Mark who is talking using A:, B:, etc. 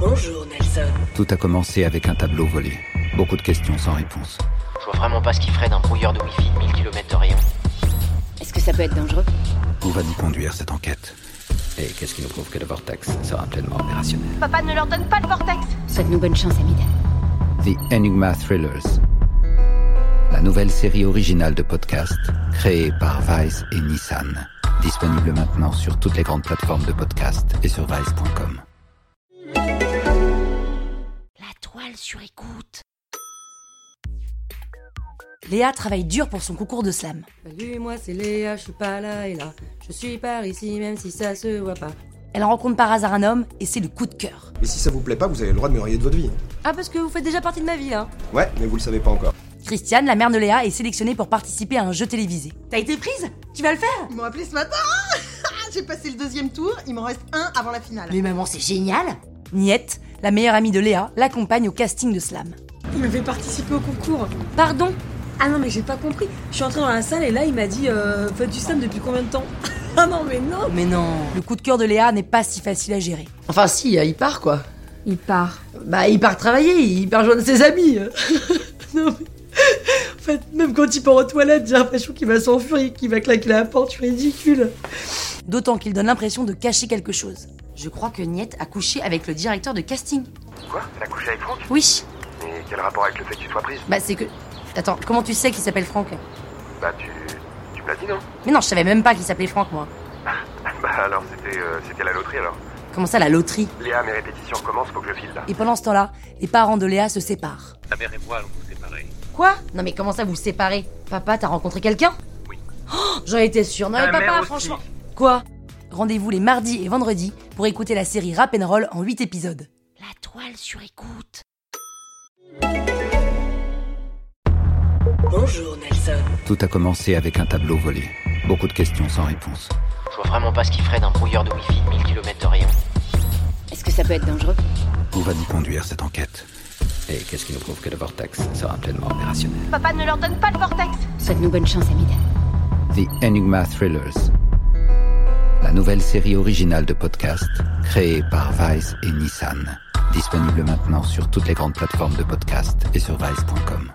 A: Bonjour Nelson.
B: Tout a commencé avec un tableau volé. Beaucoup de questions sans réponse.
C: Je vois vraiment pas ce qu'il ferait d'un brouilleur de wifi de 1000 km de rayon.
A: Est-ce que ça peut être dangereux
B: Où va nous conduire cette enquête Et qu'est-ce qui nous prouve que le vortex sera pleinement opérationnel
D: Papa ne leur donne pas le vortex.
A: Souhaite-nous bonne chance, Amida.
B: The Enigma Thrillers. La nouvelle série originale de podcast créée par Vice et Nissan. Disponible maintenant sur toutes les grandes plateformes de podcast et sur vice.com.
E: La toile sur écoute. Léa travaille dur pour son concours de slam.
F: Salut, Bah, moi c'est Léa, je suis pas là et là. Je suis par ici même si ça se voit pas.
E: Elle rencontre par hasard un homme et c'est le coup de cœur.
G: Et si ça vous plaît pas, vous avez le droit de me rayer de votre vie.
F: Ah, parce que vous faites déjà partie de ma vie, hein
G: Ouais, mais vous le savez pas encore.
E: Christiane, la mère de Léa, est sélectionnée pour participer à un jeu télévisé.
H: T'as été prise Tu vas le faire
I: Ils m'ont appelé ce matin J'ai passé le deuxième tour, il m'en reste un avant la finale.
H: Mais maman, c'est génial
E: Niette, la meilleure amie de Léa, l'accompagne au casting de slam.
J: Il m'avait participer au concours.
E: Pardon
J: Ah non, mais j'ai pas compris. Je suis entrée dans la salle et là, il m'a dit euh, Faites du slam depuis combien de temps Ah non, mais non
E: Mais non Le coup de cœur de Léa n'est pas si facile à gérer.
H: Enfin, si, euh, il part quoi.
J: Il part.
H: Bah, il part travailler, il part joindre ses amis. non, mais. En fait, même quand il part aux toilettes, j'ai l'impression qu'il va s'enfuir, qu'il va claquer la porte, je suis ridicule.
E: D'autant qu'il donne l'impression de cacher quelque chose.
H: Je crois que Niette a couché avec le directeur de casting.
K: Quoi Elle a couché avec Franck
H: Oui.
K: Mais quel rapport avec le fait qu'il soit prise
H: Bah, c'est que. Attends, comment tu sais qu'il s'appelle Franck
K: Bah tu... Tu me l'as dit non
H: Mais non, je savais même pas qu'il s'appelait Franck, moi.
K: Bah alors c'était... euh, c'était la loterie alors.
H: Comment ça, la loterie
K: Léa, mes répétitions commencent, faut que je file là.
E: Et pendant ce temps-là, les parents de Léa se séparent.
K: Ta mère et moi allons nous séparer.
H: Quoi Non, mais comment ça, vous vous séparez Papa, t'as rencontré quelqu'un
K: Oui.
H: Oh, J'en étais sûre. Non, mais
K: Ta mère
H: papa,
K: aussi.
H: franchement.
E: Quoi Rendez-vous les mardis et vendredis pour écouter la série Rap and Roll en 8 épisodes.
H: La toile sur écoute.
A: Bonjour Nelson.
B: Tout a commencé avec un tableau volé. Beaucoup de questions sans réponse.
C: Je vois vraiment pas ce qu'il ferait d'un brouilleur de wifi de 1000 km de rayon.
A: Est-ce que ça peut être dangereux
B: Où va nous conduire cette enquête Et qu'est-ce qui nous prouve que le vortex sera pleinement opérationnel
D: Papa ne leur donne pas le vortex.
A: Souhaite-nous bonne chance, Amida.
B: The Enigma Thrillers. La nouvelle série originale de podcast créée par Vice et Nissan. Disponible maintenant sur toutes les grandes plateformes de podcast et sur vice.com.